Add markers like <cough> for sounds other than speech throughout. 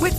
With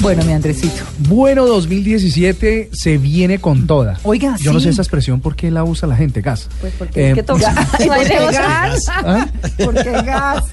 Bueno, mi Andresito. Bueno, 2017 se viene con toda. Oiga, Yo no sí. sé esa expresión, ¿por qué la usa la gente, gas? Pues porque <laughs> Porque gas, porque gas.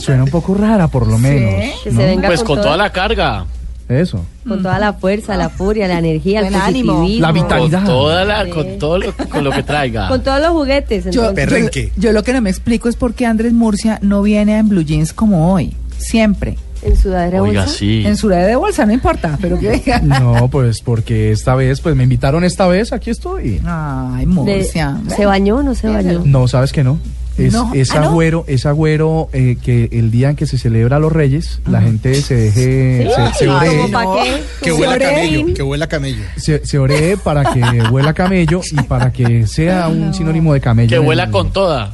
Suena un poco rara, por lo menos. Que ¿no? se venga Pues con, con todo- toda la carga, Eso. con toda la fuerza, la furia, la energía, el Buen ánimo. positivismo. La con vitalidad. toda la, con todo lo, con lo <laughs> que traiga. Con todos los juguetes. Yo, entonces. yo, yo lo que no me explico es por qué Andrés Murcia no viene en Blue Jeans como hoy. Siempre. en sudadera Oiga, bolsa. sí. En su de bolsa, no importa, pero <laughs> que diga. No, pues porque esta vez, pues me invitaron esta vez, aquí estoy. Ay, De- Murcia. ¿Se bañó o no se bañó? No, ¿sabes que no? Es, No. es Ah, ¿no? agüero, es agüero eh, que el día en que se celebra los reyes, la gente se deje, se, se Ay, oree. ¿Como pa' qué? Oh, Que ¿Como huela pa' qué? camello, que huela camello. Se, se oree para que huela camello y para que sea un sinónimo de camello. Que en vuela el- con toda.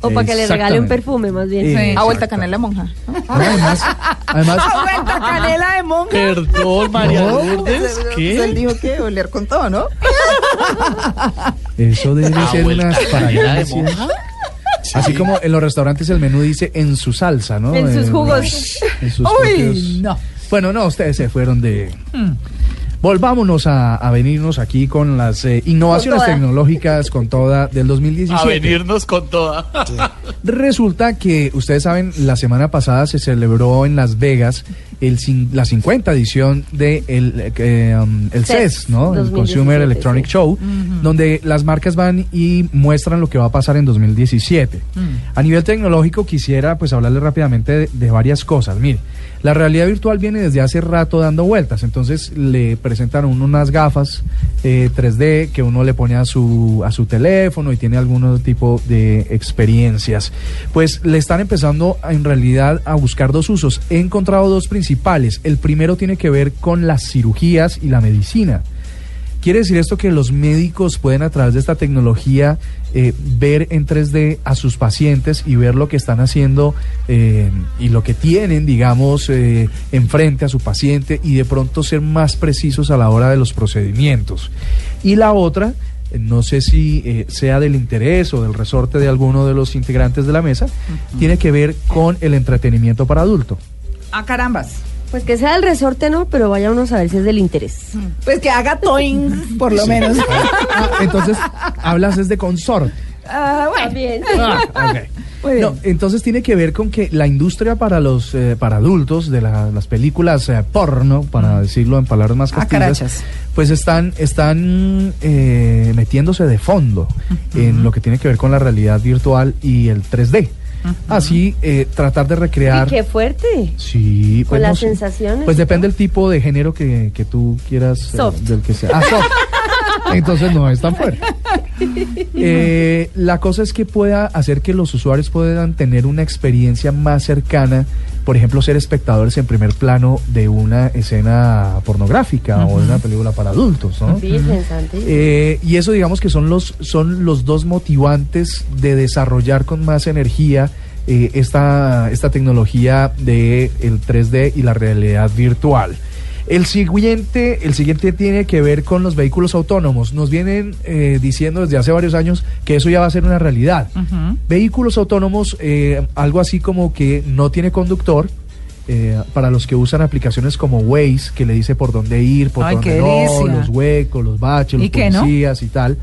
O para que le regale un Exactamente. perfume, más bien. Eh, Sí. exacto. A vuelta canela monja. No, además, además vuelta canela de monja. Perdón, María No, Lourdes. Él ¿Qué? dijo que oler con todo, ¿no? eso debe Ah, ser vuelta unas canela de paraditas. monja. Así como en los restaurantes el menú dice en su salsa, ¿no? En sus Eh, jugos. en sus propios- Uy, no. Bueno, no, ustedes se fueron de... Hmm. Volvámonos a, a venirnos aquí con las eh, innovaciones Con toda. tecnológicas con toda del 2017. A venirnos con toda. Resulta que ustedes saben, la semana pasada se celebró en Las Vegas el, cin- la 50 edición de el, eh, eh, um, el CES, CES, ¿no? El 2017, Consumer Electronic sí. Show, donde las marcas van y muestran lo que va a pasar en 2017. A nivel tecnológico quisiera pues hablarles rápidamente de, de varias cosas. Mire, la realidad virtual viene desde hace rato dando vueltas, entonces le presentan a uno unas gafas eh, 3D que uno le pone a su, a su teléfono y tiene algún tipo de experiencias. Pues le están empezando a- en realidad a buscar dos usos. He encontrado dos principales. El primero tiene que ver con las cirugías y la medicina. ¿Quiere decir esto que los médicos pueden a través de esta tecnología eh, ver en 3D a sus pacientes y ver lo que están haciendo eh, y lo que tienen, digamos, eh, enfrente a su paciente y de pronto ser más precisos a la hora de los procedimientos? Y la otra, eh, no sé si eh, sea del interés o del resorte de alguno de los integrantes de la mesa, tiene que ver con el entretenimiento para adulto. Ah, carambas. Pues que sea el resorte, no, pero vaya uno a saber si es del interés. Pues que haga toing, por lo menos. Ah, entonces, hablas es de consorte. Ah, bueno. También. Ah, <laughs> ok. Muy bien. No, entonces tiene que ver con que la industria para los eh, para adultos de la- las películas eh, porno, para decirlo en palabras más Ah, carachas. castillas, pues están están eh, metiéndose de fondo en lo que tiene que ver con la realidad virtual y el 3D. Así eh, tratar de recrear Y qué fuerte. Sí, Con las sé. sensaciones, Pues ¿no? depende del tipo de género que, que tú quieras. eh, Soft. del que sea. Ah, <laughs> soft. Entonces no es tan fuerte. Eh, la cosa es que pueda hacer que los usuarios puedan tener una experiencia más cercana, por ejemplo, ser espectadores en primer plano de una escena pornográfica o de una película para adultos, ¿no? Sí, sensante. Eh, y eso digamos que son los, son los dos motivantes de desarrollar con más energía eh, esta, esta tecnología de el 3D y la realidad virtual. El siguiente, el siguiente tiene que ver con los vehículos autónomos. Nos vienen eh, diciendo desde hace varios años que eso ya va a ser una realidad. Vehículos autónomos, eh, algo así como que no tiene conductor. eh, para los que usan aplicaciones como Waze, que le dice por dónde ir, por Ay, dónde qué no, delicia. los huecos, los baches ¿Y los qué, no? policías y tal.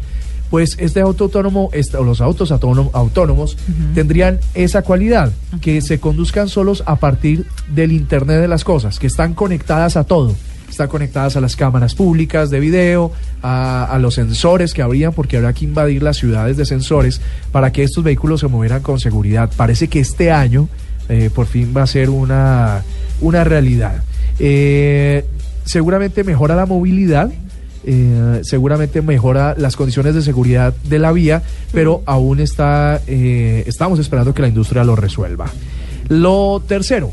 Pues este auto autónomo, esta- o los autos autónom- autónomos, tendrían esa cualidad, que se conduzcan solos a partir del Internet de las Cosas, que están conectadas a todo. Están conectadas a las cámaras públicas de video, a, a los sensores que habrían, porque habrá que invadir las ciudades de sensores para que estos vehículos se movieran con seguridad. Parece que este año eh, por fin va a ser una, una realidad. Eh, seguramente mejora la movilidad, eh, seguramente mejora las condiciones de seguridad de la vía, pero aún está, eh, estamos esperando que la industria lo resuelva. Lo tercero,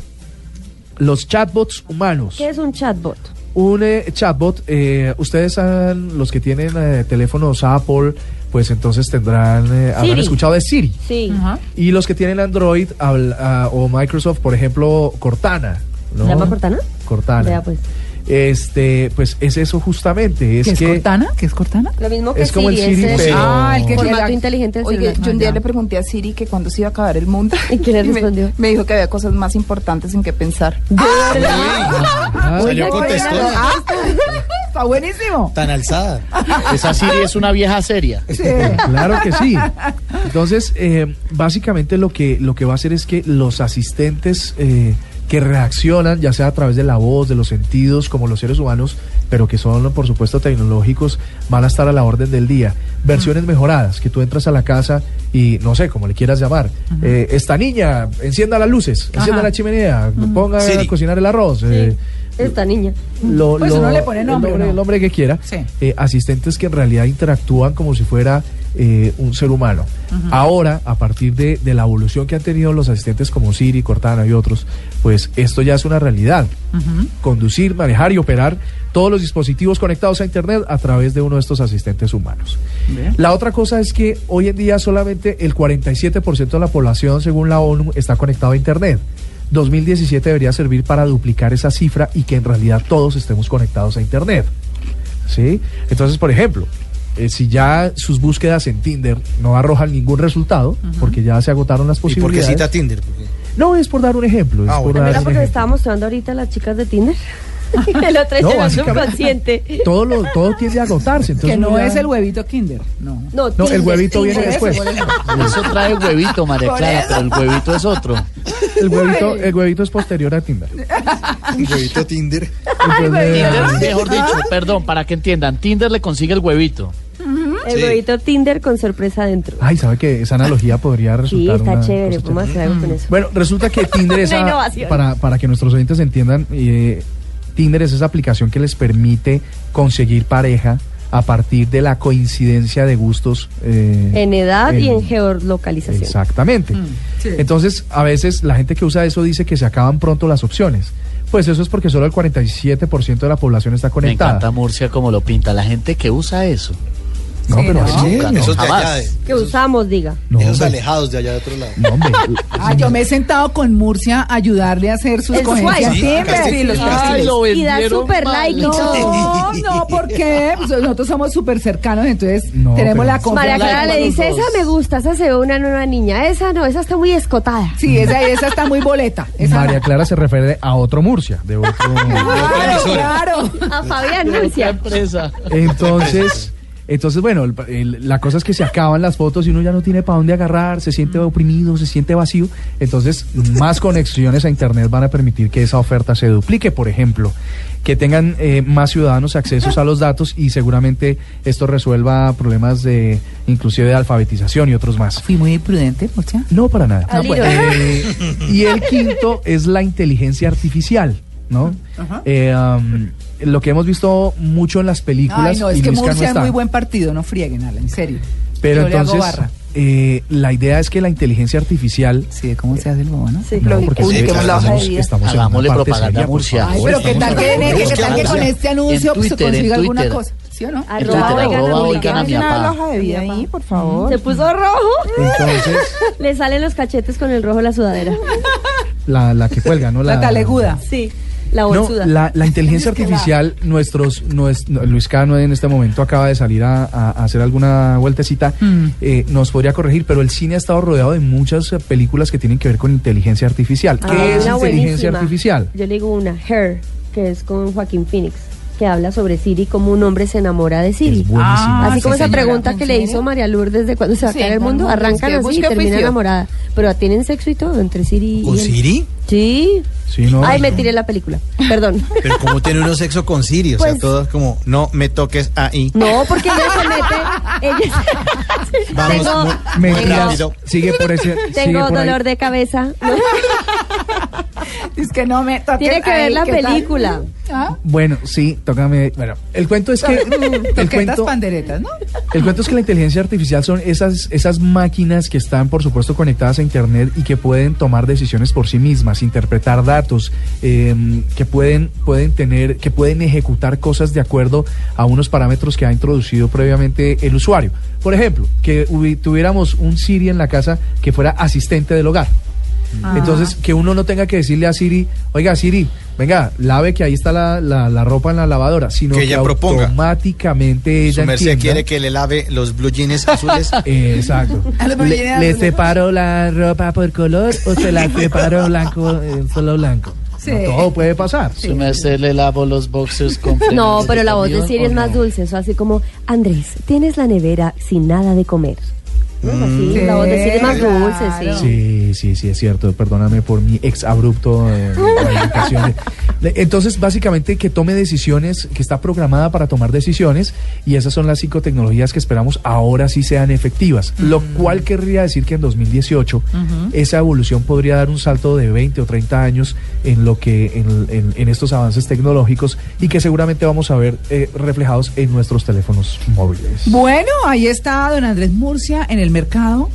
los chatbots humanos. ¿Qué es un chatbot? Un eh, chatbot, eh, ustedes han- los que tienen eh, teléfonos Apple, pues entonces tendrán, eh, habrán Siri. escuchado de Siri. Sí. Ajá. Y los que tienen Android habl- ah, o Microsoft, por ejemplo, Cortana. ¿no? ¿Se llama Cortana? Cortana. Vea, pues. Este, pues es eso justamente. Es ¿Qué es que Cortana? ¿Qué es Cortana? Lo mismo que Es como el Siri, Siri, es el pero- Ah, el que <laughs> formato la- inteligente del Oye, celular. yo un día Ah, ya. le pregunté a Siri que cuando se iba a acabar el mundo. <laughs> ¿Y qué le me- respondió? Me, dijo que había cosas más importantes en que pensar. Ah, sea, yo contestó. Está buenísimo. Tan alzada. <laughs> Esa Siri es una vieja seria. este, Claro que sí. Entonces, eh, básicamente lo que, lo que va a hacer es que los asistentes eh, que reaccionan, ya sea a través de la voz, de los sentidos, como los seres humanos, pero que son, por supuesto, tecnológicos, van a estar a la orden del día. Versiones mejoradas, que tú entras a la casa y, no sé, como le quieras llamar, eh, esta niña, encienda las luces, encienda Ajá. la chimenea, ponga a Siri. cocinar el arroz. eh, Esta niña. lo, Pues lo- uno le pone el nombre, ¿no? el nombre que quiera, Sí. eh, asistentes que en realidad interactúan como si fuera eh, un ser humano. Ahora, a partir de, de la evolución que han tenido los asistentes como Siri, Cortana y otros, pues esto ya es una realidad. Conducir, manejar y operar todos los dispositivos conectados a Internet a través de uno de estos asistentes humanos. La otra cosa es que hoy en día solamente el 47% de la población, según la ONU, está conectado a Internet. 2017 debería servir para duplicar esa cifra y que en realidad todos estemos conectados a Internet. ¿sí? Entonces, por ejemplo, eh, si ya sus búsquedas en Tinder no arrojan ningún resultado, porque ya se agotaron las ¿Y por qué posibilidades. cita Tinder? Porque- No, es por dar un ejemplo. es Ah, por bueno. dar Mira, un porque le ejemplo. estaba mostrando ahorita a las chicas de Tinder. <laughs> el otro No, es el básicamente- subconsciente. todo, lo, todo tiende a agotarse. Entonces Que no uno ya- es el huevito Kinder. No. No, No, Tinder, el huevito Tinder. viene después. Eso trae huevito, María Clara, pero el huevito es otro. El huevito, el huevito es posterior a Tinder. Ah, El <laughs> huevito Tinder. Entonces, Tinder, mejor dicho, perdón, para que entiendan, Tinder le consigue el huevito. El Sí. huevito Tinder con sorpresa adentro. Ay, ¿sabe que Esa analogía podría Sí, resultar está una chévere. cosa Vamos a hacer algo con eso. Bueno, resulta <laughs> que Tinder es Una a- innovación. para, para que nuestros oyentes entiendan, eh, Tinder es esa aplicación que les permite conseguir pareja a partir de la coincidencia de gustos. eh, En edad y en en- geolocalización. Exactamente. Mm, Entonces, a veces la gente que usa eso dice que se acaban pronto las opciones. Pues eso es porque solo el 47% de la población está Me encanta conectada. Murcia como lo pinta. La gente que usa eso. No, pero así es. Nunca, no, Esos de jamás. allá, de- Que usamos, diga. No, esos hombre, alejados de allá de otro lado. no, hombre. Ah, yo me he sentado con Murcia a ayudarle a hacer sus El coherencias. swipe. Sí, Tinder. sí, los Ay, lo Y da vendieron super mal. like y todo. No, no, porque pues, nosotros somos súper cercanos, entonces No, tenemos pero- la confianza. María Clara con le los dice, dos. esa me gusta, esa se ve una nueva niña, esa no, esa está muy escotada. Sí, esa, esa está muy boleta. Esa María no. Clara se refiere a otro Murcia, <laughs> de otro. Claro, claro. A Fabián Murcia. Empresa. Entonces, entonces bueno, el- el- la cosa es que se acaban las fotos y uno ya no tiene para dónde agarrar, se Mm. siente oprimido, se siente vacío. Entonces, más conexiones a Internet van a permitir que esa oferta se duplique, por ejemplo, que tengan eh, más ciudadanos accesos a los datos y seguramente esto resuelva problemas de, inclusive de alfabetización y otros más. Fui muy prudente, Murcia. Ah, No, para nada. Al hilo. Eh, y el quinto es la inteligencia artificial, ¿no? Eh, um, lo que hemos visto mucho en las películas. Ay, no, es y que Luisca no Murcia está. es muy buen partido, no frieguen, Ala, en serio. Pero Yo entonces, le hago barra. eh, la idea es que la inteligencia artificial. Sí, de cómo se hace el bobo, ¿no? <laughs> Sí. No, porque publiquemos estamos- la hoja de estamos- vida. estamos en una Hagámosle parte propaganda seria, a por Murcia. favor, Ay, pero ¿qué estamos tal en que, una que- parte qué tal que seria. con este anuncio pues, se Twitter, en consiga alguna Twitter. cosa? ¿Sí o no? En Arroba Twitter, oigan a arroba mi oigan a mi papá. Una papá. hoja de vida ahí, por favor. Se puso rojo. Entonces, <laughs> Le salen los cachetes con el rojo de la sudadera. la, la que cuelga, ¿no? La taleguda. Sí, la No, bolsuda. la, la <laughs> inteligencia artificial, nuestros, nues- no, Luis Cano en este momento acaba de salir a, a- a hacer alguna vueltecita, Mm. eh, nos podría corregir, pero el cine ha estado rodeado de muchas eh, películas que tienen que ver con inteligencia artificial. Ah, ¿Qué es una inteligencia buenísima. artificial? Yo le digo una, Her, que es con Joaquín Phoenix, que habla sobre Siri, cómo un hombre se enamora de Siri. Es Ah, Ah, buenísima. Así sí, como esa señora. pregunta ¿En que le serio? hizo María Lourdes de cuando se va a Sí, caer el todo el mundo, mundo arrancan busque- así y busque termina juicio. enamorada. Pero tienen sexo y todo entre Siri ¿Con y él. Siri? Sí. Sí, no, Ay, no. me tiré la película. <laughs> Perdón. Pero ¿cómo tiene uno sexo con Siri? O sea, Pues- todas como, no me toques ahí. No, porque ella se mete. Ella se- Vamos, tengo muy- Mentiras. rápido. <laughs> Sigue por ese. sigue tengo por ahí. dolor de cabeza. No. Dice que no me toques Tiene que ahí, ver la ¿qué tal? película. ¿Ah? Bueno, sí, tócame. Bueno, el cuento <laughs> es que. el, Toquetas cuento, panderetas, ¿no? el cuento es que la inteligencia artificial son esas, esas máquinas que están, por supuesto, conectadas a Internet y que pueden tomar decisiones por sí mismas, interpretar datos, eh, que pueden, pueden tener, que pueden ejecutar cosas de acuerdo a unos parámetros que ha introducido previamente el usuario. Por ejemplo, que hubi- tuviéramos un Siri en la casa que fuera asistente del hogar. Entonces, que uno no tenga que decirle a Siri, oiga Siri, venga, lave que ahí está la, la- la ropa en la lavadora, sino Que que, ella proponga. automáticamente ella Su merced entienda- quiere que le lave los blue <laughs> jeans azules. Eh, Exacto. A los Le, bolivianos. le separo la ropa por color o se la separo blanco, eh, solo blanco. Sí. No, todo puede pasar. Se me hace, le lavo los boxers con frenos No, pero la voz de camión, Siri ¿o es más no? dulce, eso así como, Andrés, tienes la nevera sin nada de comer. ¿No? Así, la voz de Siri es más dulce, sí. Sí, sí, sí, es cierto. Perdóname por mi ex abrupto. eh, calificación. Le- Entonces, básicamente que tome decisiones, que está programada para tomar decisiones, y esas son las psicotecnologías que esperamos ahora sí sean efectivas. Lo cual querría decir que en 2018 esa evolución podría dar un salto de 20 o 30 años en lo que en, en- en estos avances tecnológicos y que seguramente vamos a ver eh, reflejados en nuestros teléfonos móviles. Bueno, ahí está don Andrés Murcia en el mercado